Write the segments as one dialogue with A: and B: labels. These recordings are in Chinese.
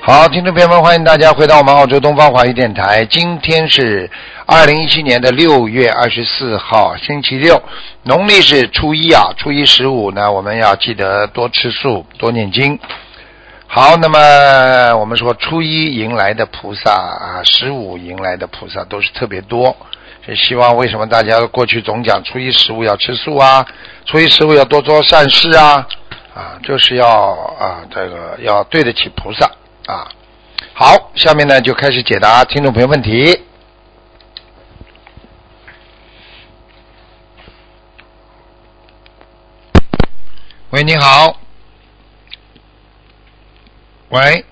A: 好，听众朋友们，欢迎大家回到我们澳洲东方华语电台。今天是二零一七年的六月二十四号，星期六，农历是初一啊，初一十五呢，我们要记得多吃素，多念经。好，那么我们说初一迎来的菩萨啊，十五迎来的菩萨都是特别多。是希望为什么大家过去总讲初一十五要吃素啊，初一十五要多做善事啊，啊，就是要啊这个要对得起菩萨啊。好，下面呢就开始解答听众朋友问题。喂，你好。喂。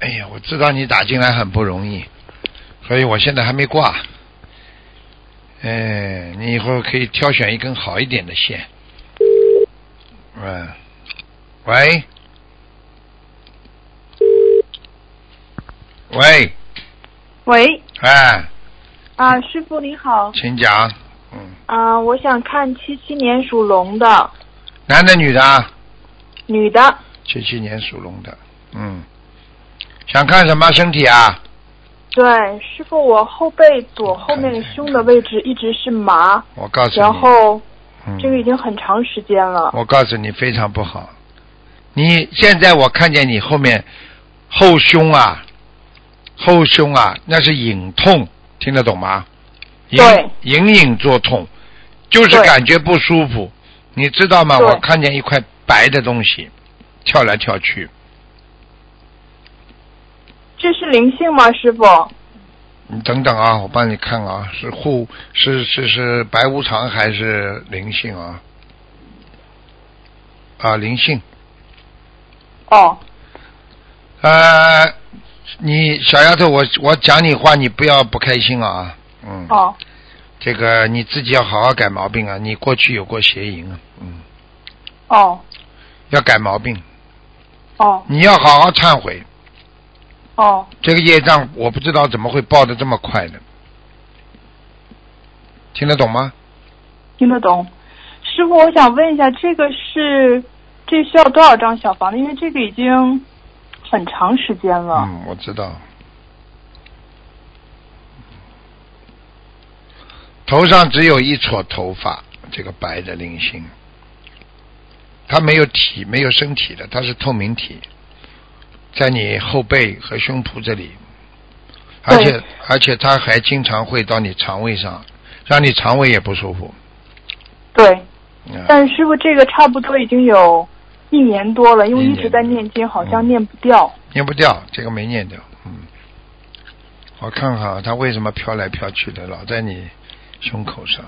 A: 哎呀，我知道你打进来很不容易，所以我现在还没挂。哎，你以后可以挑选一根好一点的线。嗯。喂。喂，
B: 喂，
A: 哎，
B: 啊，师傅您好，
A: 请讲。嗯，
B: 啊、我想看七七年属龙的
A: 男的女的啊？
B: 女的，
A: 七七年属龙的，嗯，想看什么身体啊？
B: 对，师傅，我后背左后面的胸的位置一直是麻，
A: 我告诉你，
B: 然后
A: 嗯哦
B: 这个已经很长时间了，
A: 我告诉你非常不好。你现在我看见你后面后胸啊，后胸啊，那是隐痛，听得懂吗？隐
B: 对
A: 隐隐作痛，就是
B: 对
A: 感觉不舒服，你知道吗？
B: 对
A: 我看见一块白的东西跳来跳去，
B: 这是灵性吗，师傅？
A: 你等等啊，我帮你看啊，是护是是是白无常还是灵性啊？啊，灵性。
B: 哦，
A: 呃，你小丫头，我我讲你话，你不要不开心啊。嗯。
B: 哦，
A: 这个你自己要好好改毛病啊！你过去有过邪淫啊，嗯，
B: 哦，
A: 要改毛病，
B: 哦，
A: 你要好好忏悔。
B: 哦，
A: 这个业障我不知道怎么会报的这么快的，听得懂吗？
B: 听得懂。师傅，我想问一下，这个是这需要多少张小房子？因为这个已经很长时间了。
A: 嗯，我知道。头上只有一撮头发，这个白的灵性，它没有体，没有身体的，它是透明体，在你后背和胸脯这里，而且
B: 对
A: 而且它还经常会到你肠胃上，让你肠胃也不舒服。
B: 对，
A: 嗯
B: 但是师傅，这个差不多已经有一年多了，因为
A: 一
B: 一
A: 年
B: 直在
A: 多
B: 念经，好
A: 嗯
B: 像念不掉。
A: 念不掉，这个没念掉。嗯，我看看啊它为什么飘来飘去的，老在你胸口上。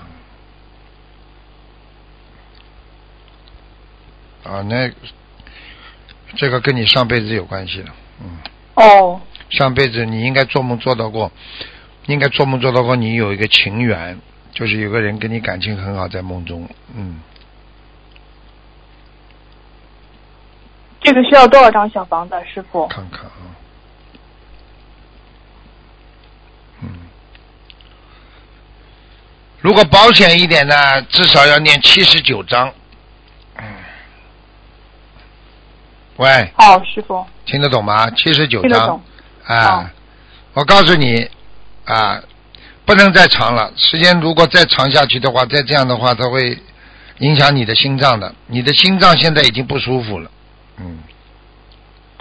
A: 啊，那这个跟你上辈子有关系了。嗯，
B: 哦，
A: 上辈子你应该做梦做到过，应该做梦做到过，你有一个情缘，就是有个人跟你感情很好，在梦中。嗯，
B: 这个需要多少张小房子啊，师 傅？
A: 看看啊，嗯，如果保险一点呢，至少要念七十九章。嗯喂，
B: 哦，师傅
A: 听得懂吗？七十九
B: 听得懂
A: 章，。啊，我告诉你啊，不能再长了。时间如果再长下去的话，再这样的话，它会影响你的心脏的。你的心脏现在已经不舒服了，嗯。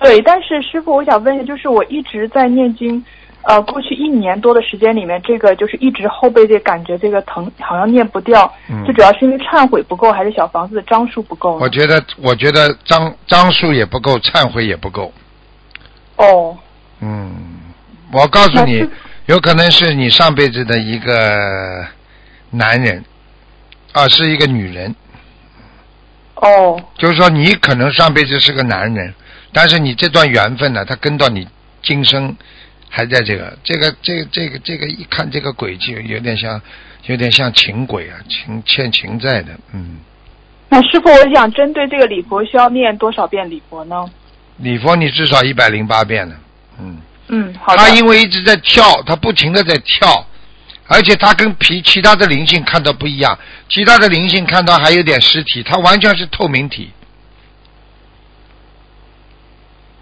B: 对，但是师傅，我想问一下，就是我一直在念经，呃，过去一年多的时间里面，这个就是一直后背这感觉这个疼，好像念不掉，
A: 嗯
B: 最主要是因为忏悔不够，还是小房子的张数不够呢？
A: 我觉得，我觉得张张数也不够，忏悔也不够。
B: 哦，
A: 嗯，我告诉
B: 那
A: 你
B: 是，
A: 有可能是你上辈子的一个男人，啊，是一个女人。
B: 哦，
A: 就是说，你可能上辈子是个男人，但是你这段缘分呢，它跟到你今生还在这个，这个，这个，这个，这个，一看这个轨迹，有点像，有点像情鬼啊，情欠情债的，嗯。
B: 那师傅，我想针对这个礼佛需要念多少遍礼佛呢？
A: 礼佛你至少一百零八遍了，嗯。
B: 嗯，好的
A: 他。因为一直在跳，他不停的在跳，而且他跟皮其他的灵性看到不一样，其他的灵性看到还有点尸体，他完全是透明体，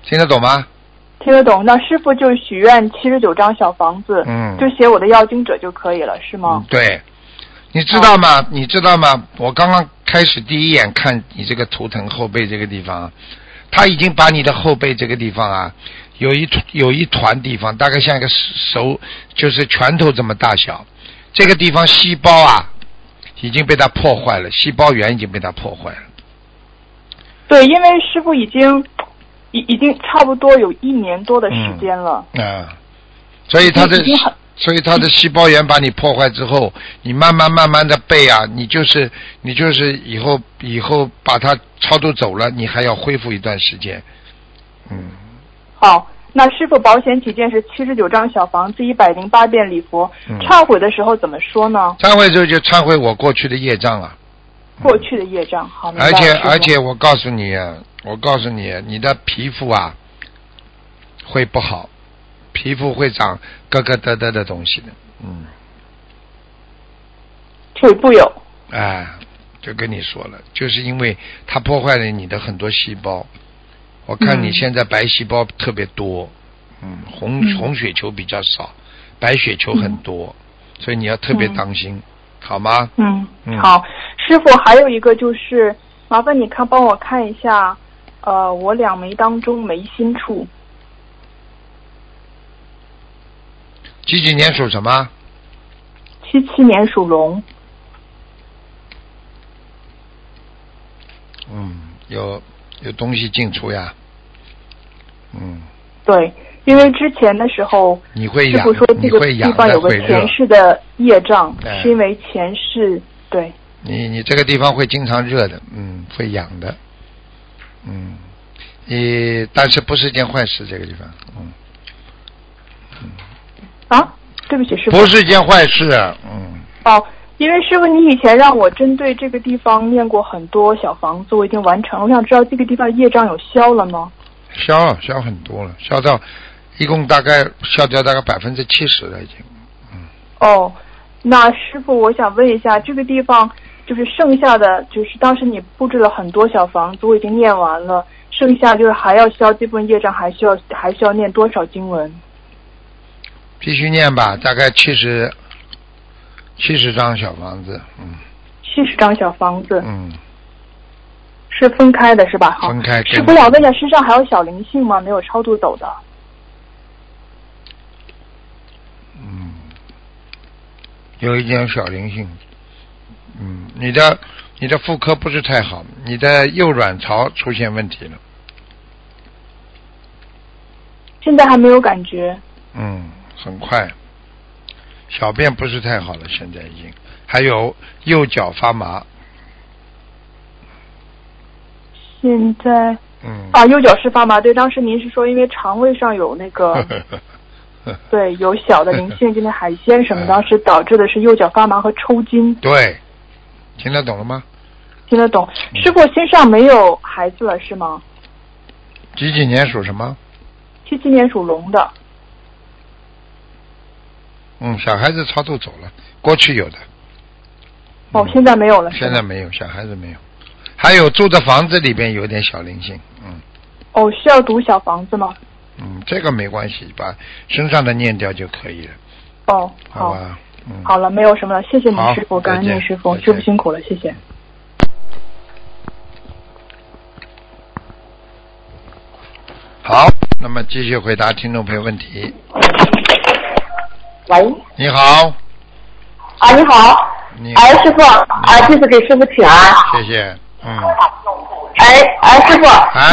A: 听得懂吗？
B: 听得懂。那师傅就许愿七十九张小房子，
A: 嗯
B: 就写我的要经者就可以了，是吗？
A: 对，你
B: 哦
A: 知道吗？你知道吗？我刚刚开始第一眼看你这个图腾后背这个地方，啊他已经把你的后背这个地方啊，有一团有一团地方，大概像一个手，就是拳头这么大小，这个地方细胞啊，已经被它破坏了，细胞源已经被它破坏了。
B: 对，因为师傅已经已已经差不多有一年多的时间了，
A: 啊、所以他的
B: 已经很
A: 所以他的细胞源把你破坏之后，你慢慢慢慢的背啊，你就是你就是以后以后把它超度走了，你还要恢复一段时间。嗯，
B: 好。那师傅保险起见是七十九张小房子，一百零八遍礼佛。
A: 嗯
B: 忏悔的时候怎么说呢？
A: 忏悔之后就忏悔我过去的业障啊。
B: 过去的业障，好，明白
A: 而且
B: 师傅
A: 而且我告诉你，啊我告诉你，你的皮肤啊会不好，皮肤会长疙疙瘩瘩的东西的。嗯，
B: 腿部有，
A: 哎，就跟你说了，就是因为它破坏了你的很多细胞。我看你
B: 嗯
A: 现在白细胞特别多，嗯，红
B: 嗯
A: 红血球比较少，白血球很多，所以你要特别
B: 嗯
A: 当心，好吗？
B: 嗯，
A: 嗯
B: 好，师傅还有一个就是，麻烦你看帮我看一下，呃，我两眉当中眉心处，
A: 几几年属什么？
B: 七七年属龙，
A: 嗯，有有东西进出呀，嗯，
B: 对，因为之前的时候，
A: 你会
B: 师
A: 痒
B: 傅说，
A: 你
B: 这个
A: 会
B: 地
A: 痒
B: 方
A: 的，
B: 有个
A: 会热
B: 前，世的业障，
A: 哎
B: 是因为前世对，
A: 你你这个地方会经常热的，嗯，会痒的，嗯，你但是不是件坏事，这个地方，嗯，
B: 啊，对不起，师傅，
A: 不是件坏事，嗯，
B: 哦，因为师傅你以前让我针对这个地方念过很多小房子，我已经完成了，我想知道这个地方业障有消了吗？
A: 消消很多了，消到一共大概消掉大概百分之七十了已经，嗯
B: 哦，那师傅，我想问一下，这个地方就是剩下的，就是当时你布置了很多小房子，我已经念完了，剩下就是还要消这部分业障，还需要还需要念多少经文？
A: 必须念吧，大概七十七十张小房子，嗯
B: 七十张小房子
A: 嗯，
B: 是分开的，是吧？好，
A: 分开
B: 师
A: 跟
B: 傅想问一下，身上还有小灵性吗？没有超度走的。
A: 嗯，有一点小灵性。嗯，你的你的妇科不是太好，你的右卵巢出现问题了。
B: 现在还没有感觉，
A: 嗯，很快，小便不是太好了，现在已经还有右脚发麻。
B: 现在
A: 嗯，
B: 啊，右脚是发麻。对，当时您是说因为肠胃上有那 个对有小的灵性，今天海 鲜什么，
A: 嗯
B: 当时导致的是右脚发麻和抽筋。
A: 哎对，听得懂了吗？
B: 听得懂。
A: 嗯
B: 师傅身上没有孩子了是吗？
A: 几几年属什么？
B: 七七年属龙的，
A: 嗯，小孩子超度走了，过去有的。
B: 哦，
A: 嗯
B: 现在没有了。是吗
A: 现在没有，小孩子没有，还有住的房子里边有点小灵性，嗯。
B: 哦，需要读小房子吗？
A: 嗯，这个没关系，把身上的念掉就可以了，
B: 哦，
A: 好
B: 好，
A: 吧？嗯，
B: 好了，没有什么了，谢谢
A: 好
B: 您师傅，感恩
A: 再见
B: 您师傅，
A: 再见
B: 师傅辛苦了，谢谢。
A: 好，那么继续回答听众朋友问题。
C: 喂，
A: 你好，
C: 啊，你好，
A: 你
C: 哎，师傅，啊，弟子给师傅请安。啊
A: 谢谢，啊嗯，
C: 哎，哎，师傅，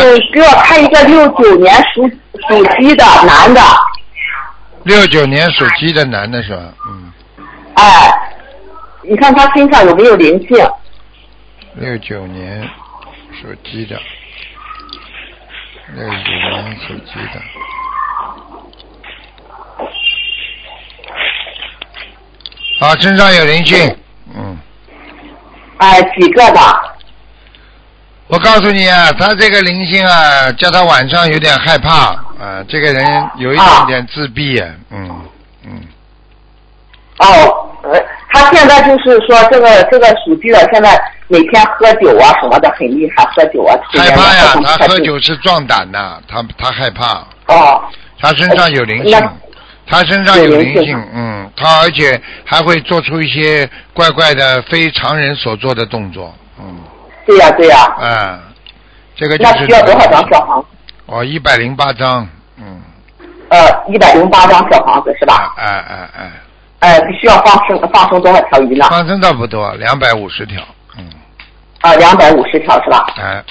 C: 你给我看一个六九年属属鸡的男的，
A: 六九年属鸡的男的是吧？嗯，
C: 哎，你看他身上有没有灵性？
A: 六九年属鸡的，六九年属鸡的。啊，身上有灵性，嗯。
C: 哎，几个吧？
A: 我告诉你啊，他这个灵性啊，叫他晚上有点害怕啊，这个人有一点点自闭，嗯嗯，
C: 哦，呃，他现在就是说这个这个属鸡的，现在每天喝酒啊什么的很厉害，喝酒啊。抽
A: 害
C: 烟啊
A: 怕呀
C: 各，种
A: 他喝
C: 害怕
A: 酒是壮胆呐、他他害怕，
C: 哦，
A: 他身上有灵性
C: 那，
A: 他身上
C: 有
A: 有
C: 灵
A: 灵
C: 性
A: 性，嗯，他而且还会做出一些怪怪的非常人所做的动作，嗯，
C: 对呀、对呀、
A: 啊，这个就
C: 那
A: 是
C: 需要多少张小房子？
A: 哦，一百零八张，嗯，
C: 呃，一百零八张小房子是吧？
A: 哎哎哎，
C: 呃，需要放生放生多少条鱼呢？
A: 放生倒不多，两百五十条，嗯，
C: 啊，两百五十条是吧？
A: 哎，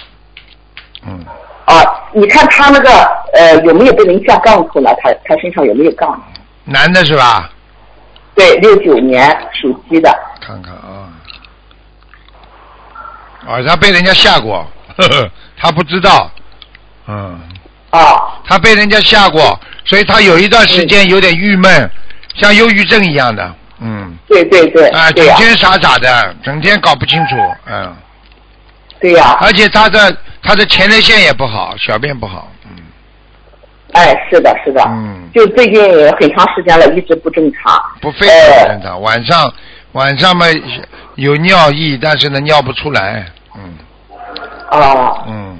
A: 嗯，
C: 啊，你看他那个呃有没有被人下杠头呢？他他身上有没有杠？
A: 男的是吧？
C: 对，六九年属鸡的。
A: 看看啊，啊，他被人家吓过，呵呵，他不知道，嗯，
C: 啊
A: 他被人家吓过，所以他有一段时间有点郁闷，像忧郁症一样的，嗯，
C: 对对对，
A: 啊，整
C: 对呀、
A: 天傻傻的，整天搞不清楚，嗯，
C: 对呀、
A: 而且他的他的前列腺也不好，小便不好，嗯，
C: 哎，是的，是的，
A: 嗯
C: 就最近很长时间了，一直不正常。
A: 不非常正
C: 呃
A: 常，晚上晚上嘛有尿意，但是呢尿不出来，嗯
C: 啊，
A: 嗯，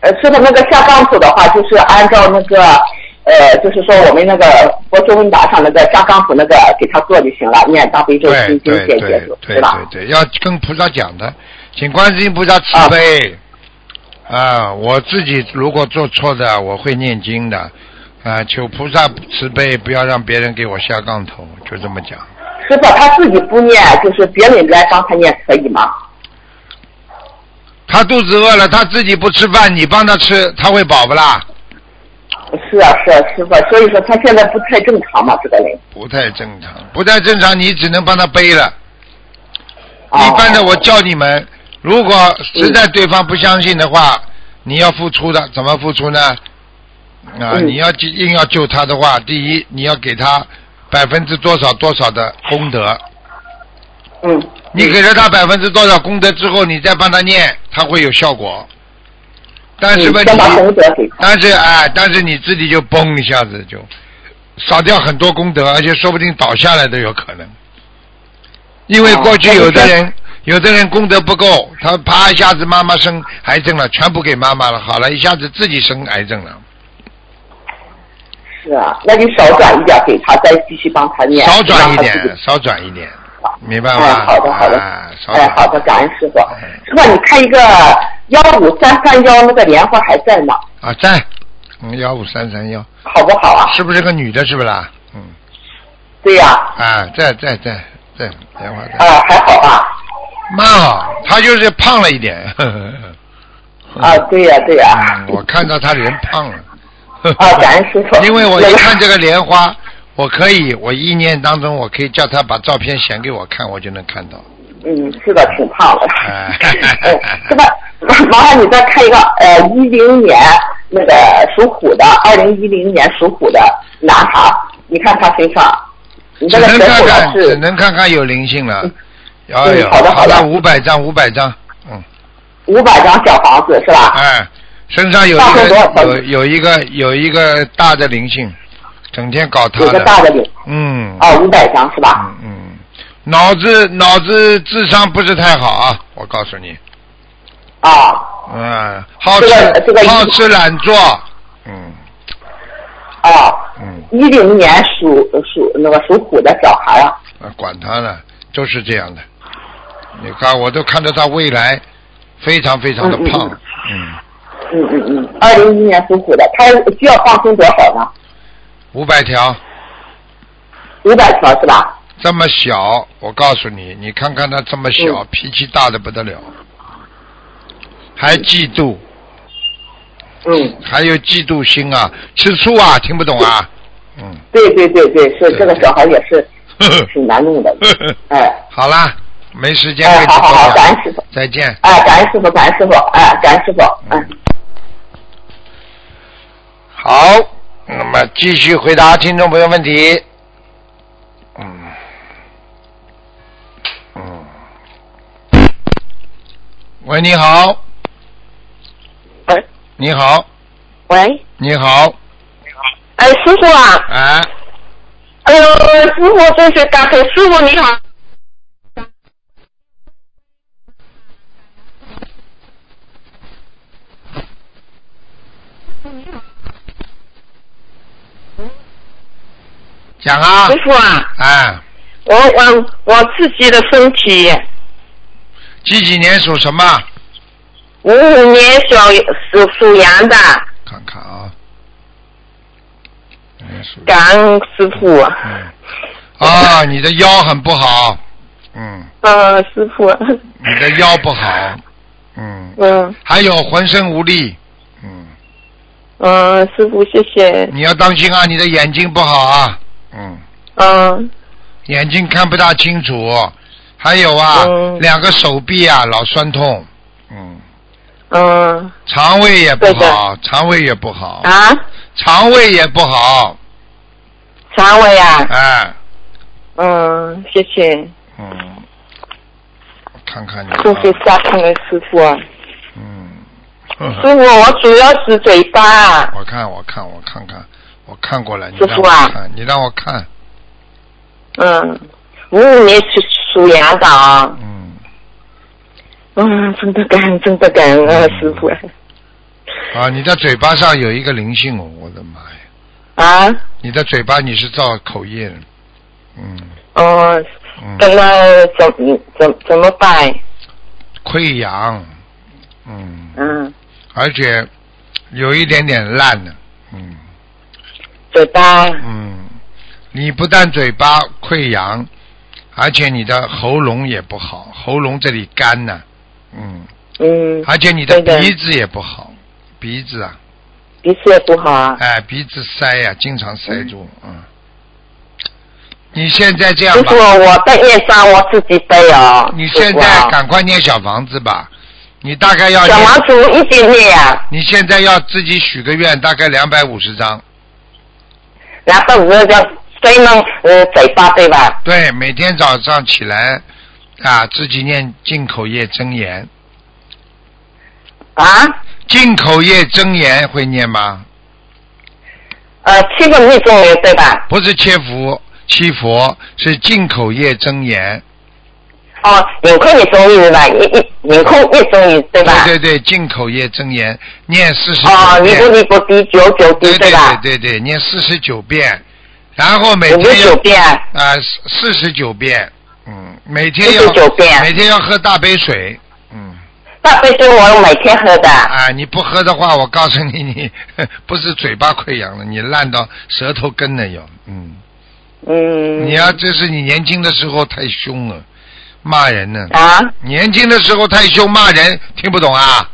C: 呃，说到那个下杠谱的话，就是按照那个，呃，就是说我们那个佛学问答上那个下杠谱那个给他做就行了，念大悲咒
A: 对
C: 心经
A: 对
C: 解
A: 对
C: 结束，
A: 对
C: 是吧？
A: 对对，要跟菩萨讲的，请观世音菩萨慈悲。啊，我自己如果做错的，我会念经的。啊，求菩萨慈悲，不要让别人给我下杠头，就这么讲。
C: 师傅他自己不念，就是别人来帮他念可以吗？
A: 他肚子饿了，他自己不吃饭，你帮他吃，他会饱不啦？
C: 是啊是啊，师傅，所以说他现在不太正常嘛，这个人。
A: 不太正常，不太正常，你只能帮他背了。
C: 哦嗯
A: 一般的，我叫你们，如果实在对方不相信的话，你要付出的，怎么付出呢？啊，
C: 嗯
A: 你要去硬要救他的话，第一，你要给他百分之多少多少的功德，
C: 嗯，
A: 你给了他百分之多少功德之后，你再帮他念，他会有效果。但是
C: 嗯
A: 问题
C: 先，把功德给他。
A: 但是哎，但是你自己就嘣一下子就少掉很多功德，而且说不定倒下来都有可能。因为
C: 哦
A: 过去
C: 那你
A: 有的
C: 说
A: 人，有的人功德不够，他啪一下子妈妈生癌症了，全部给妈妈了，好了一下子自己生癌症了，
C: 是啊，那就少转一点给他，再继续帮他念。
A: 少转一
C: 让他自
A: 点
C: 己，
A: 少转一点，明白
C: 哎
A: 吗？，
C: 好的好的，
A: 啊、少
C: 哎
A: 转
C: 好的，感恩师傅
A: 哎。
C: 师傅，你看一个幺五三三幺那个莲花还在吗？
A: 啊，在，嗯，幺五三三幺，
C: 好不好啊？
A: 是不是个女的？是不是啦？嗯，
C: 对呀、啊，
A: 啊，在在在在，莲花在，
C: 还好吧？
A: 蛮好，她啊就是胖了一点。呵呵呵
C: 啊，对呀、对呀、
A: 嗯，我看到他人胖了。
C: 啊感恩师父
A: 因为我一看这个莲花，我可以，我意念当中，我可以叫他把照片显给我看，我就能看到。
C: 嗯，是的，挺胖的。
A: 哎
C: 哎，师傅，麻烦你再看一个，呃，一零年那个属虎的，二零一零年属虎的男孩，你看他身上，你
A: 只
C: 这
A: 能
C: 个神
A: 看
C: 虎
A: 看，
C: 老
A: 只
C: 师，嗯
A: 能看看有灵性了。哎呦，
C: 好的好的
A: 了，五百张，五百张，嗯，
C: 五百张小房子是吧？
A: 哎，身上有
C: 大
A: 一
C: 概多少
A: 个
C: 张
A: 有有一个有一个大的灵性，整天搞他
C: 有个大
A: 的，
C: 的领，
A: 嗯，
C: 啊，五百张是吧？
A: 嗯嗯，脑子脑子智商不是太好啊，我告诉你，
C: 啊
A: 嗯，好吃
C: 这个这个一
A: 好吃懒做，嗯
C: 啊，
A: 嗯，
C: 一零年属属那个属虎的小孩啊，
A: 啊管他呢，都是这样的。你看，我都看到他未来非常非常的胖，嗯，
C: 嗯嗯嗯，二零一一年属虎的，他需要放生多少呢？
A: 五百条
C: 五百条是吧？
A: 这么小，我告诉你，你看看他这么小，
C: 嗯
A: 脾气大的不得了，还嫉妒，
C: 嗯，
A: 还有嫉妒心啊，吃醋啊，听不懂啊，嗯，
C: 对对对对，是
A: 对
C: 这个小孩也是
A: 呵 呵
C: 挺难弄的，哎。
A: 好啦，没时间
C: 哎
A: 跟你
C: 好好好
A: 多
C: 感恩
A: 讲
C: 师傅，
A: 再见。
C: 哎，感恩师傅，感恩师傅，哎，感恩师傅，嗯。
A: 好，那么继续回答听众朋友问题。嗯，嗯。喂，你好。
C: 哎
D: 喂。
A: 你好，
D: 喂，
A: 你好，
D: 哎，师傅啊，
A: 哎，
E: 呃，师傅，这是大腿。师傅你好。
A: 讲啊。
E: 师傅啊，
A: 哎，
E: 我我我自己的身体，
A: 几几年属什么？
E: 五五年小属属羊的，
A: 看看啊。哎属
E: 感恩师傅。
A: 嗯啊，你的腰很不好，嗯，
E: 嗯，师傅，
A: 你的腰不好，嗯，
E: 嗯
A: 还有浑身无力，嗯，
E: 嗯，师傅谢谢，
A: 你要当心啊，你的眼睛不好啊，嗯，
E: 嗯
A: 眼睛看不大清楚，还有啊，
E: 嗯
A: 两个手臂啊老酸痛，嗯，
E: 嗯
A: 肠胃也不
E: 对的
A: 好，肠胃也不好，
E: 啊，
A: 肠胃也不好，
E: 肠胃啊，
A: 哎，
E: 嗯，谢谢，
A: 嗯，我看看你、
E: 祝福
A: 啊，
E: 下看的师傅啊。
A: 嗯，
E: 师傅，我主要是嘴巴啊，
A: 我看，我看，我看看，我看过了，你
E: 师
A: 让
E: 傅
A: 我
E: 啊
A: 看，你让我看，
E: 嗯，五五年属属羊的啊，
A: 嗯，
E: 嗯，真的感恩，真的感恩啊，师傅
A: 啊，你的嘴巴上有一个灵性哦，我的妈呀，
E: 啊，
A: 你的嘴巴你是造口业的，嗯
E: 嗯，
A: 嗯，
E: 跟他怎怎怎么办？
A: 溃疡，嗯，
E: 嗯，
A: 而且有一点点烂的，嗯
E: 嘴巴，
A: 嗯，你不但嘴巴溃疡，而且你的喉咙也不好，喉咙这里干呢、嗯，
E: 嗯，
A: 而且你的
E: 对的
A: 鼻子也不好，鼻子啊。
E: 鼻子也不好啊。
A: 哎，鼻子塞呀、经常塞住，嗯。你现在这样
E: 师
A: 吧
E: 傅，，我的业障我自己背哦。
A: 你
E: 师
A: 现
E: 傅
A: 在
E: 啊
A: 赶快念小房子吧，你大概要
E: 小
A: 念，
E: 王子一点点啊，
A: 你现在要自己许个愿，大概两百五十张，
E: 然后我就追弄呃嘴巴对吧？
A: 对，每天早上起来啊，自己念进口业真言，
E: 啊，
A: 进口业真言会念吗？
E: 呃，七个密宗人对吧？
A: 不是切佛七佛，是进口业真言，
E: 哦，眼空也中意对吧？一一眼空也中意对吧？
A: 对对对，进口业真言念四十
E: 哦，尼波尼波滴九九滴
A: 对
E: 吧？
A: 对对对，念四十九遍，然后每
E: 有没
A: 天
E: 有
A: 要
E: 九遍？
A: 啊四十九遍，嗯，每天要
E: 49遍
A: 每天要喝大杯水，嗯，
E: 大杯水我每天喝的。
A: 啊，你不喝的话，我告诉你，你 不是嘴巴溃疡了，你烂到舌头根了要，嗯，
E: 嗯。
A: 你要这是你年轻的时候太凶了，骂人呢，
E: 啊？
A: 年轻的时候太凶骂人，听不懂啊，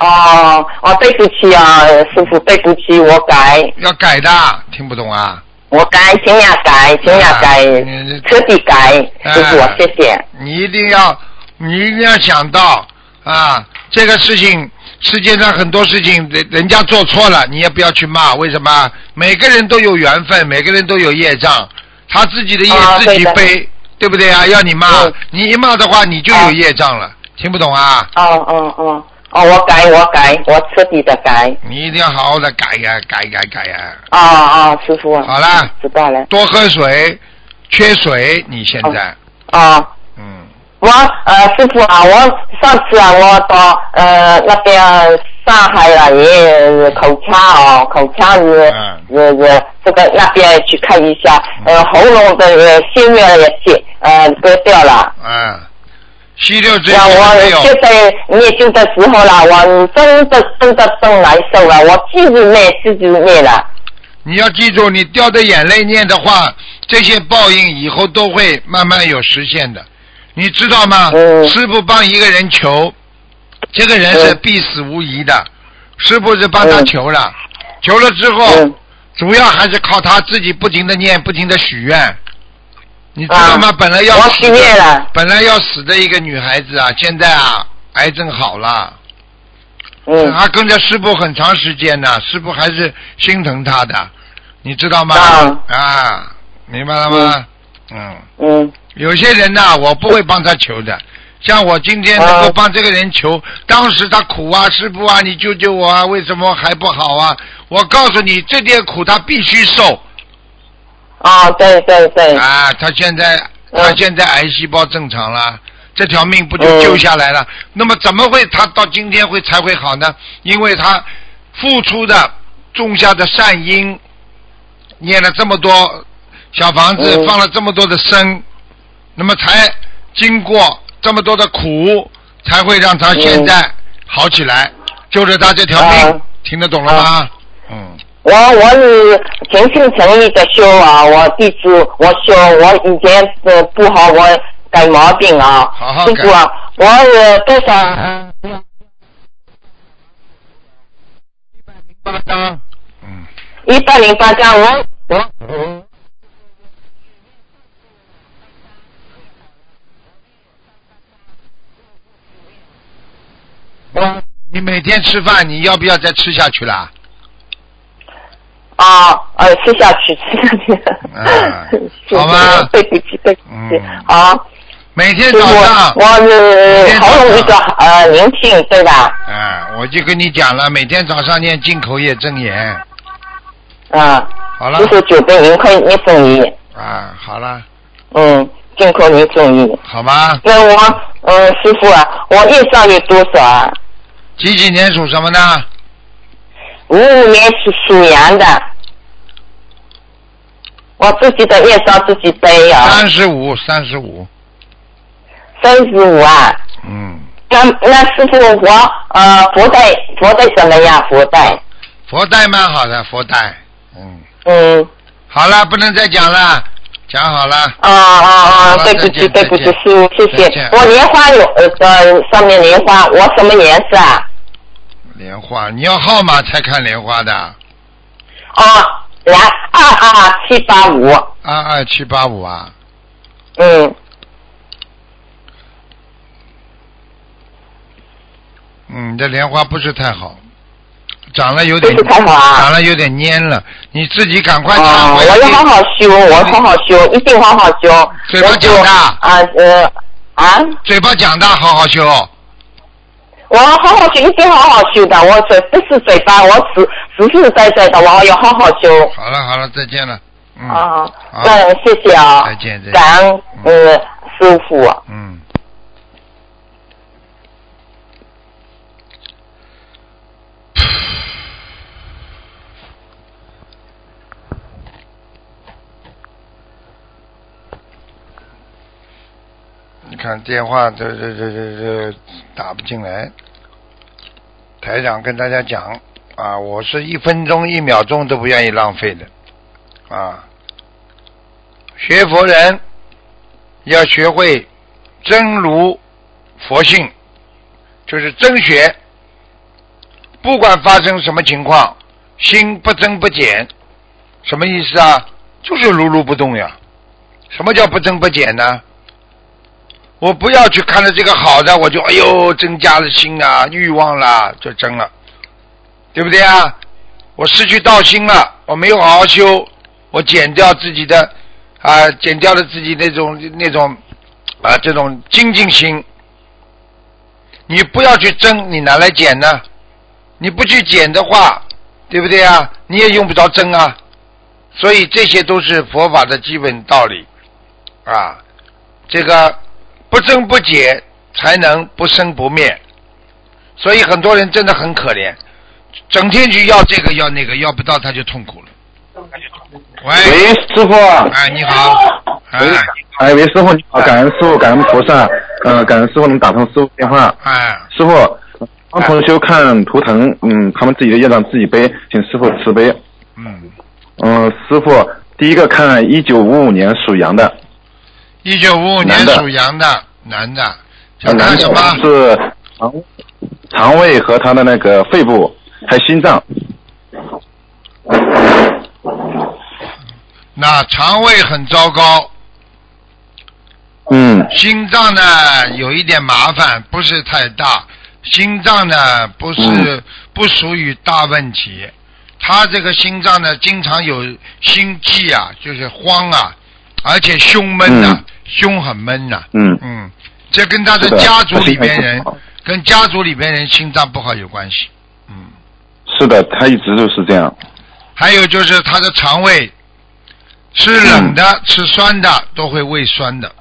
E: 哦，哦，对不起啊，师傅，对不起，我改，
A: 要改的，听不懂啊，
E: 我改，尽量改，尽量改
A: 啊你，
E: 彻底改，
A: 啊
E: 师傅，谢谢。
A: 你一定要，你一定要想到啊，这个事情，世界上很多事情，人人家做错了，你也不要去骂。为什么？每个人都有缘分，每个人都有业障，他自己的业
E: 啊
A: 自己
E: 对的
A: 背，对不对啊？要你骂
E: 嗯，
A: 你一骂的话，你就有
E: 啊
A: 业障了。听不懂啊？
E: 哦哦哦，哦，我改，我改，我彻底的改。
A: 你一定要好好的改呀、改改改呀、
E: 哦哦，师傅，
A: 好啦，
E: 知道了。
A: 多喝水，缺水，你现在，
E: 哦，
A: 嗯，
E: 我呃，师傅啊，我上次啊，我到呃那边上海了，也是口腔哦，口腔是
A: 嗯
E: 是是这个那边去看一下，呃，喉咙的呃血液也解呃割掉了。
A: 啊，吸六之
E: 让
A: 前没有
E: 我就在念经的时候啦，我真的真的真难受了，我继续念继续念了。
A: 你要记住，你掉的眼泪念的话，这些报应以后都会慢慢有实现的，你知道吗？
E: 嗯
A: 师傅帮一个人求，这个人是
E: 嗯
A: 必死无疑的，师傅是帮他
E: 嗯
A: 求了，求了之后，
E: 嗯
A: 主要还是靠他自己不停的念，不停的许愿。你知道吗？
E: 啊
A: 本来要
E: 我
A: 死
E: 许愿
A: 的
E: 了，
A: 本来要死的一个女孩子啊，现在啊，癌症好了。
E: 嗯，
A: 他跟着师傅很长时间呢、师傅还是心疼他的，你知道吗？
E: 啊
A: 啊，明白了吗？嗯，
E: 嗯，
A: 有些人呐、我不会帮他求的。像我今天能够
E: 啊
A: 帮这个人求，当时他苦啊，师傅啊，你救救我啊，为什么还不好啊？我告诉你，这点苦他必须受，
E: 啊，对对对，
A: 啊，他现在他
E: 嗯
A: 现在癌细胞正常了，这条命不
E: 嗯
A: 就救下来了？那么怎么会他到今天会才会好呢？因为他付出的种下的善因，念了这么多小房子，
E: 嗯
A: 放了这么多的生，那么才经过这么多的苦，才会让他现在好起来，救着他这条命。
E: 啊
A: 听得懂了吗？嗯，
E: 我我是诚心诚意的修啊，我弟子我修，我以前呃不好，我改毛病啊，
A: 好好
E: 师
A: 改
E: 傅啊，我呃多少
A: 八张，嗯。
E: 一百零八张，我我
A: 你每天吃饭，你要不要再吃下去啦？
E: 啊呃吃下去吃下去，
A: 啊
E: 是
A: 好吗
E: 对不起对不起
A: 嗯，
E: 好、
A: 每天
E: 师
A: 早
E: 傅，
A: 上，
E: 我是好有一个呃灵性对吧？
A: 啊，我就跟你讲了，每天早上念进口业真言。
E: 嗯，
A: 好了
E: 四，十九杯银块一送一，
A: 啊，好了，
E: 嗯，进口一送一。
A: 好吗？
E: 那我，呃，师傅啊，我业障有多少啊？
A: 几几年属什么呢？
E: 五五年属属羊的，我自己的业障自己背啊
A: 三，十五，三十五，
E: 三十五啊。
A: 嗯，
E: 那那师傅我呃佛带佛带怎么样？佛带，
A: 佛带蛮好的，佛带，嗯，
E: 嗯，
A: 好了，不能再讲了，讲好了，
E: 啊啊
A: 好
E: 啊，
A: 了
E: 对不
A: 再
E: 起
A: 见
E: 对不起，
A: 再
E: 师
A: 见
E: 傅谢
A: 再
E: 谢
A: 见。
E: 我莲花有呃呃上面莲花，我什么颜色啊？
A: 莲花，你要号码才看莲花的，
E: 啊，来二二七八五，
A: 二二七八五啊，
E: 嗯，
A: 嗯，这莲花不是太好，长了有
E: 不
A: 点
E: 是太好啊。
A: 长了有点蔫了，你自己赶快忏
E: 啊，
A: 悔。
E: 我要好好修，我好好修，一定好好修。
A: 嘴巴
E: 我
A: 讲
E: 就
A: 的
E: 啊呃啊，
A: 嘴巴讲的，好好修。
E: 我好好修，一定好好修的。我嘴不是嘴巴，我实实实在在的，我要好好修。
A: 好了好了，再见了。嗯，
E: 啊，
A: 好
E: 那谢谢啊，
A: 再见再见
E: 感恩呃师傅。
A: 嗯。你看电话这这这这这打不进来，台长跟大家讲啊，我是一分钟一秒钟都不愿意浪费的啊。学佛人要学会真如佛性，就是真学。不管发生什么情况，心不增不减，什么意思啊？就是如如不动呀。什么叫不增不减呢？我不要去看到这个好的，我就哎呦增加了心啊欲望啦，就增了，对不对啊？我失去道心了，我没有好好修，我减掉自己的啊，减掉了自己那种那种啊这种精进心。你不要去争，你拿来减呢？你不去减的话，对不对啊？你也用不着争啊。所以这些都是佛法的基本道理啊。这个不争不解，才能不生不灭。所以很多人真的很可怜，整天去要这个要那个，要不到他就痛苦了。喂
F: 喂，师傅。
A: 哎，你好，哎
F: 喂，哎，喂，师傅你好，感恩师傅，感恩菩萨，呃，感恩师傅能打通师傅电话。
A: 哎，
F: 师傅，帮同修看图腾，嗯，他们自己的业障自己背，请师傅慈悲。
A: 嗯，
F: 嗯、师傅，第一个看一九五五年属羊的，
A: 一九五五年
F: 男的啊
A: 属羊的男的，想
F: 呃男
A: 看
F: 的
A: 什么？
F: 是肠肠胃和他的那个肺部，还有心脏。
A: 那肠胃很糟糕，
F: 嗯
A: 心脏呢有一点麻烦，不是太大。心脏呢不是、
F: 嗯
A: 不属于大问题，他这个心脏呢经常有心悸啊，就是慌啊，而且胸闷呐、
F: 嗯
A: 胸很闷呐、
F: 嗯，
A: 嗯，这跟他
F: 是
A: 的
F: 的，
A: 家族
F: 他
A: 里
F: 心
A: 边
F: 脏
A: 人
F: 不好
A: 跟家族里边人心脏不好有关系。嗯。
F: 是的，他一直就是这样。
A: 还有就是他的肠胃，吃冷的、
F: 嗯
A: 吃酸的都会胃酸的。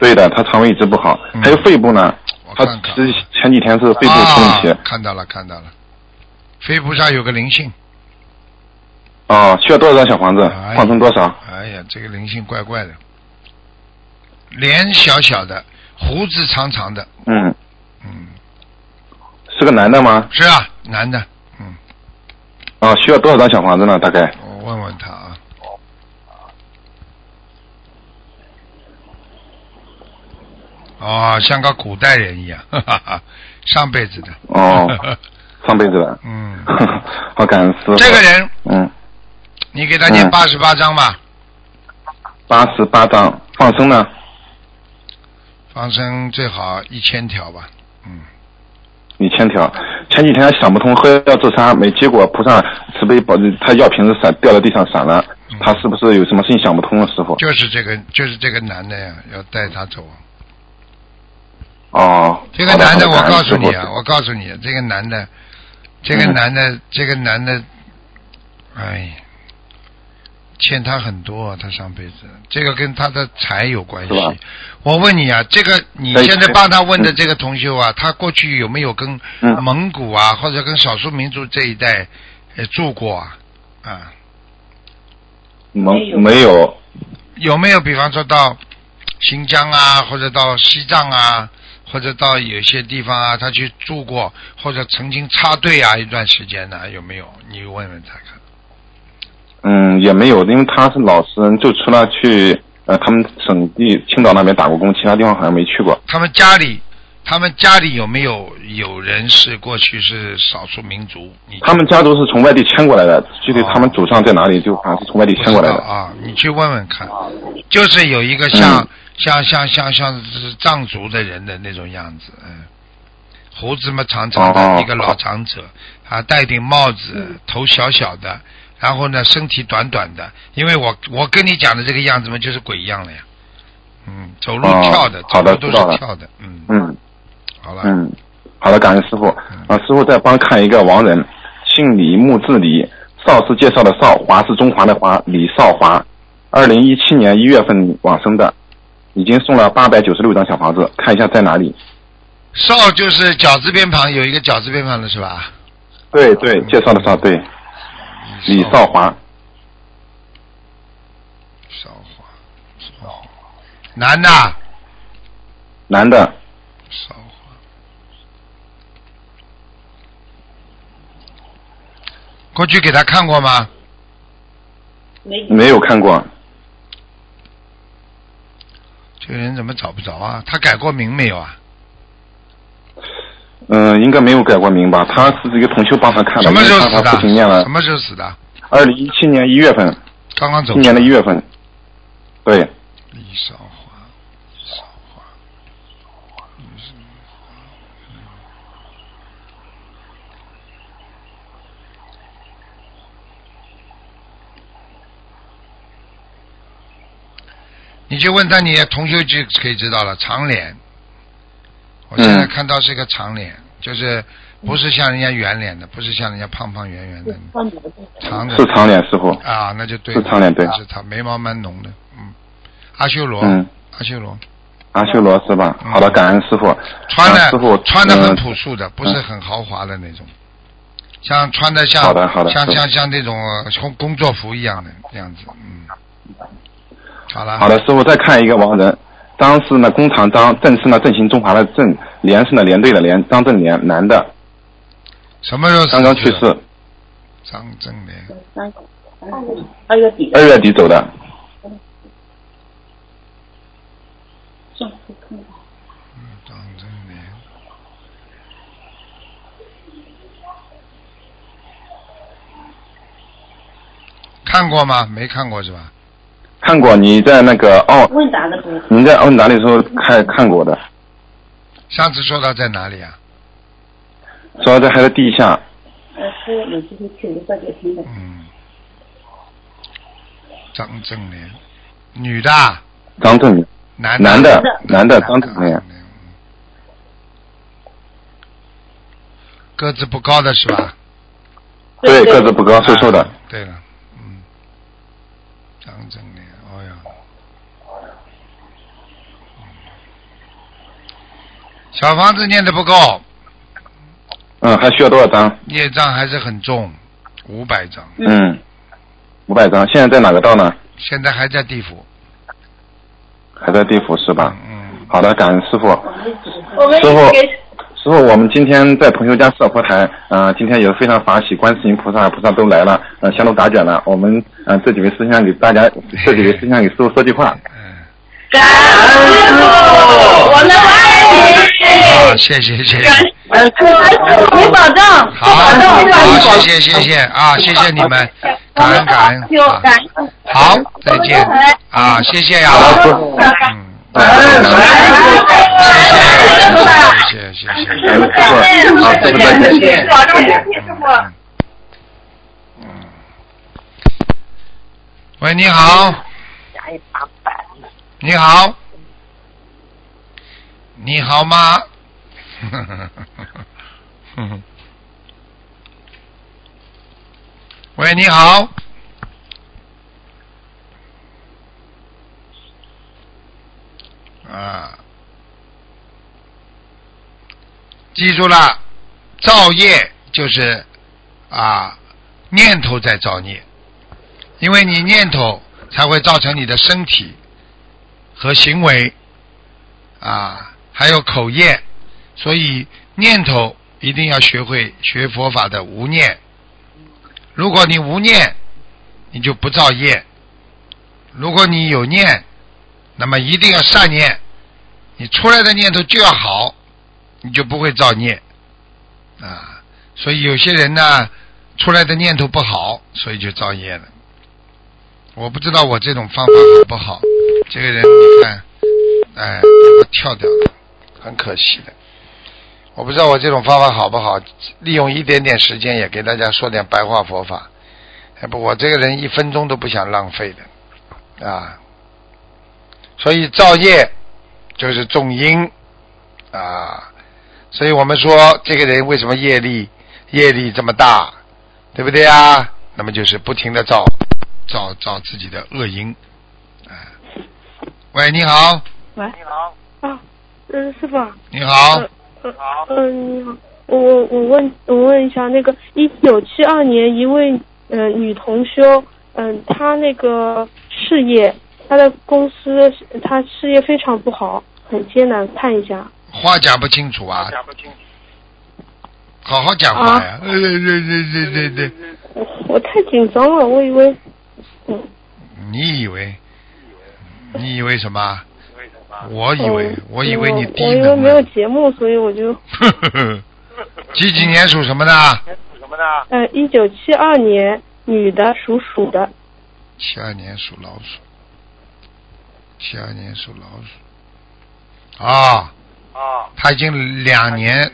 F: 对的，他肠胃一直不好，
A: 嗯
F: 还有肺部呢，他之前几天是肺部出问题
A: 啊，看到了看到了，肺部上有个灵性，
F: 啊，需要多少张小房子？放生多少？
A: 哎呀，这个灵性怪怪的，脸小小的，胡子长长的，
F: 嗯，嗯，是个男的吗？
A: 是啊，男的，
F: 啊，需要多少张小房子呢？大概
A: 我问问他啊。哦，像个古代人一样，哈哈哈，上辈子的。
F: 哦上辈子的，
A: 嗯，
F: 好感恩师傅。
A: 这个人，
F: 嗯，
A: 你给他念
F: 嗯
A: 八十八章吧，
F: 八十八张，放生呢？
A: 放生最好一千条吧。
F: 一千条。前几天想不通，喝药自杀没结果，菩萨慈悲保，他药瓶子散掉到地上散了，他是不是有什么事情想不通了，师傅？
A: 嗯就是这个，就是这个男的呀，要带他走。啊
F: 哦，
A: 这个男的，我
F: 好好感恩
A: 告诉你
F: 师
A: 啊，
F: 傅
A: 我告诉你，这个男的，这个
F: 嗯
A: 男的，这个男的，哎，欠他很多啊，他上辈子，这个跟他的财有关系
F: 是吧。
A: 我问你啊，这个你
F: 哎
A: 现在帮他问的
F: 嗯
A: 这个同修啊，他过去有没有跟
F: 嗯
A: 蒙古啊，或者跟少数民族这一带呃住过啊？啊，
F: 没没有，
A: 有没有比方说到新疆啊，或者到西藏啊，或者到有些地方啊，他去住过，或者曾经插队啊一段时间呢、有没有？你问问他看。
F: 嗯，也没有，因为他是老实人，就除了去呃他们省地青岛那边打过工，其他地方好像没去过。
A: 他们家里，他们家里有没有有人是过去是少数民族？你
F: 他们家族是从外地迁过来的，具体他们祖上在哪里，就好像是从外地
A: 哦不
F: 迁
A: 知
F: 过来
A: 道
F: 的。啊
A: 啊，你去问问看。就是有一个像、
F: 嗯
A: 像像像像是藏族的人的那种样子，嗯，胡子嘛长长的，
F: 哦嗯
A: 一个老长者，啊，戴顶帽子，头小小的，然后呢身体短短的，因为我我跟你讲的这个样子嘛，就是鬼样了呀，嗯，走路
F: 哦
A: 跳的，
F: 好
A: 走
F: 的
A: 路都
F: 知道
A: 是
F: 了
A: 跳的，嗯，
F: 嗯
A: 好了，
F: 嗯，好的，感恩师傅。啊，师傅再帮看一个亡人，姓李，木字李，邵是介绍的邵，华是中华的华，李少华，二零一七年一月份往生的，已经送了八百九十六张小房子，看一下在哪里。
A: 少就是饺子边旁有一个饺子边旁的是吧？
F: 对对，嗯介绍的绍对，李少华，
A: 少华，少华，男的，
F: 男的，
A: 少华，过去给他看过吗？
F: 没有看过。
A: 这个人怎么找不着啊？他改过名没有啊？
F: 嗯，应该没有改过名吧？他是这个同修帮他看的，
A: 什么时候
F: 因为
A: 死
F: 他他父亲念
A: 的？
F: 了
A: 什么时候死的？
F: 二零一七年一月份，
A: 刚刚走
F: 今。年的一月份，对，
A: 李少华，李少华，李少华嗯你就问他，你同修就可以知道了。长脸，我现在
F: 嗯
A: 看到是一个长脸，就是不是像人家圆脸的，不是像人家胖胖圆圆的，长的
F: 是长脸师傅，
A: 啊，那就对
F: 是
A: 了，
F: 长脸对
A: 就是他眉毛蛮浓的，嗯，阿修罗，
F: 嗯，
A: 阿修罗，
F: 阿修罗是吧？好的，感恩师傅。
A: 嗯穿
F: 啊师傅
A: 的穿的很
F: 嗯
A: 朴素的，不是很豪华的那种，像穿的像
F: 好的好的
A: 像
F: 是
A: 像像那种呃工工作服一样的样子，嗯，好了，
F: 好的，，师傅再看一个亡人，张是呢工厂张，郑是呢振兴中华的郑，连是呢连队的连，张振连，男的，
A: 什么时候死
F: 刚刚去世，
A: 张正莲，
E: 二月底
F: 二月底走的。
A: 张正莲，看过吗？没看过是吧？
F: 看过你在那个哦，
G: 问答的时候，
F: 您在哦哪里时候看看过的？
A: 上次说到在哪里啊？
F: 说在还在地下，
G: 呃，是有机会去无色界听的，
A: 嗯，张正莲，女的啊，
F: 张振连，
A: 男
F: 男的
A: 的，
F: 男的张正莲，
A: 嗯个子不高的是吧？啊
F: 对，个子不高，瘦瘦的
A: 啊。对了，嗯，张正莲，哎呀，嗯小房子念的不够，
F: 嗯，还需要多少张？
A: 业障还是很重，五百张，
F: 嗯，五百张。现在在哪个道呢？
A: 现在还在地府。
F: 还在地府是吧？
A: 嗯，
F: 好的，感恩师傅。
H: 我们
F: 师傅
H: 给
F: 师傅，我们今天在朋友家设佛台，呃，今天也非常法喜，观世音菩萨、菩萨都来了，呃，香都打卷了。我们呃这几位师兄给大家，这几位师兄给师傅说句话。
A: 哎
H: 感恩师傅，我们爱
A: 啊，
H: 你。
A: 谢谢谢
H: 感
A: 谢，
H: 恩呃师傅，您保重，
A: 好，
H: 保重，您保
A: 好，
H: 重。
A: 谢谢谢谢啊，谢谢你们，感恩感恩，
H: 有
A: 啊
H: 感恩，
A: 好，再见啊，谢谢呀，嗯，谢谢谢谢谢谢
F: 感。恩啊师傅，好，师傅再见。
H: 保重身体，师傅。
A: 嗯嗯喂，你好。你好。你好吗？ 喂，你好。啊，记住了，造业就是啊念头在造孽，因为你念头才会造成你的身体和行为啊，还有口业，所以念头一定要学会学佛法的无念。如果你无念，你就不造业；如果你有念，那么一定要善念，你出来的念头就要好，你就不会造孽啊。所以有些人呢，出来的念头不好，所以就造业了。我不知道我这种方法好不好。这个人，你看，哎，我跳掉了，很可惜的。我不知道我这种方法好不好，利用一点点时间也给大家说点白话佛法。要不，我这个人一分钟都不想浪费的啊。所以造业就是种因啊。所以我们说这个人为什么业力业力这么大，对不对啊？那么就是不停的造造造自己的恶因。啊喂，你好，
I: 啊，嗯，师傅，
A: 你好，
I: 呃嗯，你好，我我我问我问一下，那个一九七二年一位呃女同修，嗯、她那个事业，她的公司她事业非常不好，很艰难，看一下。
A: 话讲不清楚啊，好好讲话
I: 啊
A: 呀，呃，对对对对对，
I: 我我太紧张了，我以为，嗯，
A: 你以为，你以为什么？我以为
I: 嗯，
A: 我以为你低
I: 我因为
A: 能啊
I: 没有
A: 了。
I: 节目，所以我就
A: 呵呵呵 几几年属什么的？啊
I: 呃一九七二年女的属鼠的，
A: 七二年属老鼠，七二年属老鼠。啊、啊，他已经两年，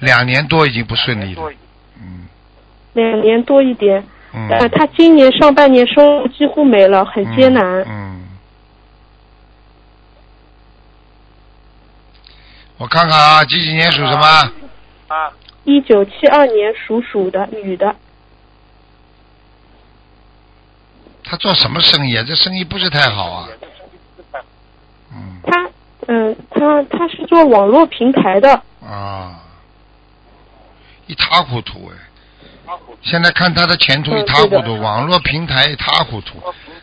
A: 两年多已经不顺利了。嗯
I: 两年多一点，
A: 嗯。
I: 呃，她今年上半年收入几乎没了，很艰难。
A: 嗯。嗯我看看啊，几几年属什么？
I: 一九七二年属鼠的女的，
A: 他做什么生意啊？这生意不是太好啊。嗯
I: 她嗯、她她是做网络平台的，
A: 啊，一塌糊涂哎！现在看他的前途一塌糊
I: 嗯对
A: 涂，网络平台一塌糊涂。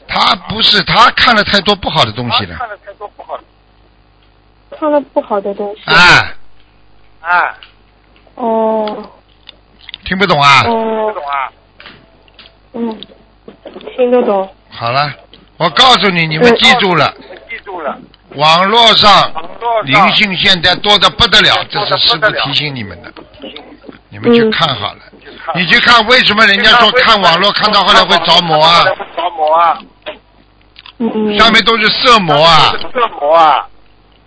A: 他不是他看了太多不好的东西了，
I: 看了不好的东西。
A: 啊，
I: 哦
A: 听不懂啊？
I: 哦，嗯，听得懂。
A: 好了，我告诉你，你们记住了，记住了。网络上灵性现在多的不得了，这是师傅提醒你们的，你们去看好了。你去看为什么人家说看网络看到后来会着魔啊？
I: 嗯，
A: 上面都是色魔啊！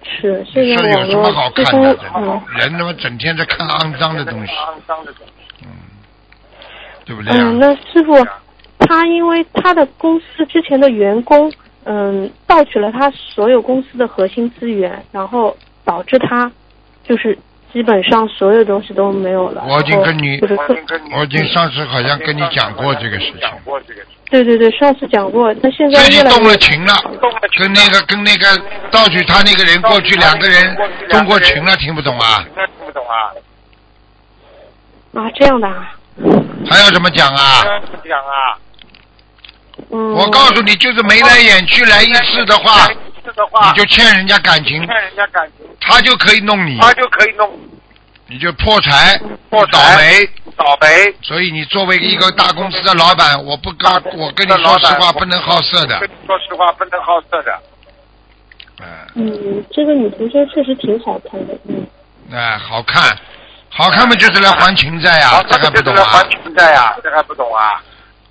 I: 是现
A: 这
I: 在
A: 有
I: 网
A: 什么
I: 络
A: 好
I: 几
A: 看
I: 乎
A: 的？
I: 嗯
A: 人他妈整天在看肮脏的东西，嗯，对不对啊？
I: 嗯，那师傅，她因为她的公司之前的员工嗯盗取了她所有公司的核心资源，然后导致她就是。基本上所有东西都没有了。
A: 我已经
I: 然后
A: 跟你
I: 就是特嗯
A: 我已经上次好像跟你讲过这个事情，
I: 对对对，上次讲过，他现在
A: 自己
I: 越来
A: 动
I: 越
A: 了情了，跟那个跟那个盗取他那个人过去两个人动过情了，听不懂啊？
J: 听不懂啊？
I: 啊这样的啊，
A: 还要怎么讲啊？
J: 讲啊，
I: 嗯，
A: 我告诉你，就是眉来眼去来一次的话，
J: 这个话
A: 你就嗯欠人家感情
J: 欠，人家感情，
A: 他就可以弄你，
J: 他就可以弄
A: 你就破财，
J: 破
A: 倒
J: 财
A: 霉。
J: 倒霉。
A: 所以你作为一个大公司的老板，我不告，我跟你
J: 那
A: 说
J: 老
A: 实
J: 板
A: 话，不能好色的
J: 我。跟你说实话，不能好色
A: 啊
J: 的。
I: 嗯，这个女同学确实挺好看的，嗯，
A: 哎，好看，好看嘛就是来还情债呀、
J: 好
A: 这还不懂
J: 这
A: 啊
J: 还？存在呀、这还不懂啊？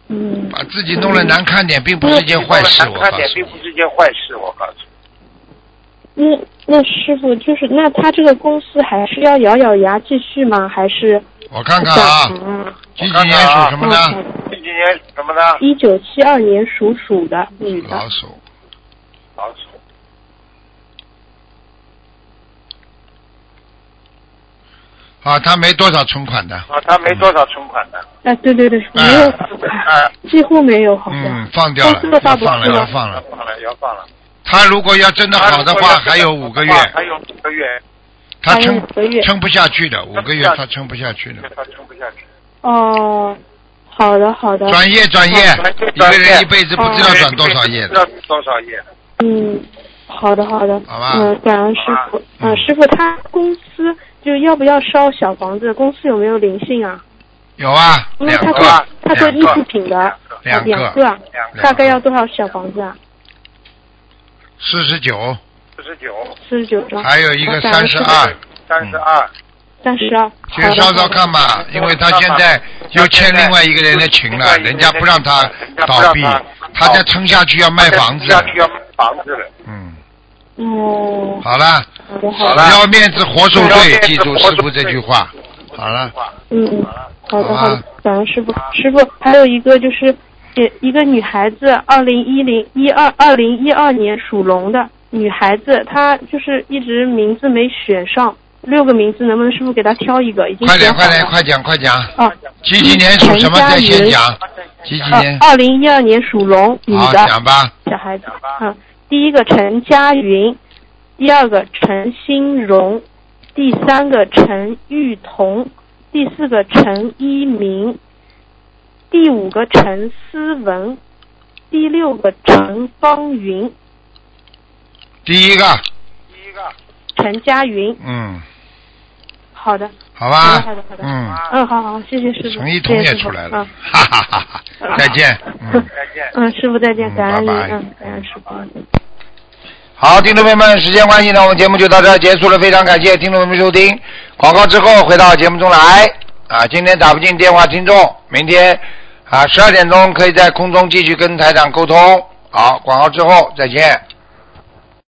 I: 嗯
A: 把自己弄得难看点，并不是一件坏事，我告
J: 看
A: 诉
J: 点
A: 你。
J: 并不是一件坏事，我告诉你。
I: 那那师傅就是那他这个公司还是要咬咬牙继续吗？还是嗯
A: 我看看啊，嗯几几年属什么呢？
J: 这几年属什么呢？
I: 一九七二年属鼠的女的，
A: 老鼠，
J: 老鼠。
A: 啊，他没多少存款的，
J: 啊，他没多少存款的。
I: 啊对对对，没有好
J: 啊
I: 看，几乎没有好像，
A: 哎嗯，放掉了，
I: 公司的
A: 要
I: 话不
A: 放了，
I: 是吗
A: 要放了。
J: 放了，要放了。
A: 他如果要真的好的话，还有五个月，
J: 还有五个月，
A: 他
I: 还有
A: 撑
I: 五个月
A: 撑不下去的，五个月
J: 撑
A: 他撑不
J: 不下去
A: 下去的。
J: 他撑不下去。
I: 哦，好的好的，
A: 转业嗯转业，嗯一个人一辈子不知道转多少页
J: 不知
A: 的。
J: 道多少页？
I: 嗯，好的好的，
A: 好吧
I: 嗯，感恩师傅，嗯，师傅他公司就是要不要烧小房子？公司有没有灵性啊？
A: 有啊，
I: 因为
A: 两
I: 嗯他
A: 个
I: 做
A: 啊，
I: 他做
A: 两
I: 艺术
A: 个，
I: 品的，啊
A: 两个
I: 两个啊，
J: 两个
I: 大概要多少小房子啊？
A: 四十九，
J: 四十九，
I: 四十九张，
A: 还有一个
I: 我感恩
A: 三
I: 师
A: 十
I: 傅
A: 二，
J: 三十
A: 嗯
J: 二，
I: 三十二，
A: 去
I: 好的
A: 烧烧
I: 好的
A: 看吧，因为他现在又欠另外一个人的情了，人家不让他倒闭，他再撑下去要卖房子
J: 下。去要卖房子了。
A: 嗯，
I: 哦，
A: 好了，
I: 好的好
J: 好
I: 的，
J: 了
A: 要面子活受
J: 要
A: 罪
J: 面，子
A: 记住
J: 活
A: 师
J: 受
A: 傅这
J: 罪
A: 句话。好了，
I: 嗯嗯，好的
A: 好吧
I: 好的，感恩师傅，师傅还有一个就是。也一个女孩子，二零一零一二二零一二年属龙的女孩子，她就是一直名字没选上，六个名字能不能师傅给她挑一个？已经
A: 快点
I: 选好
A: 快
I: 了。
A: 点快讲快讲，
I: 啊，
A: 几几年属什么再先讲，几几年？
I: 啊二零一二年属龙女
A: 好，
I: 啊的
A: 讲吧。
I: 小孩子，嗯，第一个陈佳云，第二个陈欣荣，第三个陈玉彤，第四个陈一鸣，第五个陈思文，第六个陈方云，
A: 第一个，
J: 第一个，
I: 陈佳云。
A: 嗯，
I: 好的，
A: 好
I: 好
A: 吧
I: 的，好的，好，的。
A: 嗯，
I: 嗯，好好，谢谢师傅，
A: 陈一
I: 谢
A: 彤
I: 谢
A: 也
I: 师
A: 出
I: 傅
A: 来了
I: 嗯，
A: 哈哈哈哈，再见，嗯。
J: 再见。
I: 嗯，师傅再见，
A: 嗯
I: 感恩您，
A: 拜拜
I: 嗯，感恩师傅。
A: 好，听众朋友们，时间关系呢，我们节目就到这儿结束了，非常感谢听众朋友们收听。广告之后回到节目中来啊，今天打不进电话，听众明天啊十二点钟可以在空中继续跟台长沟通。好，广告之后再见。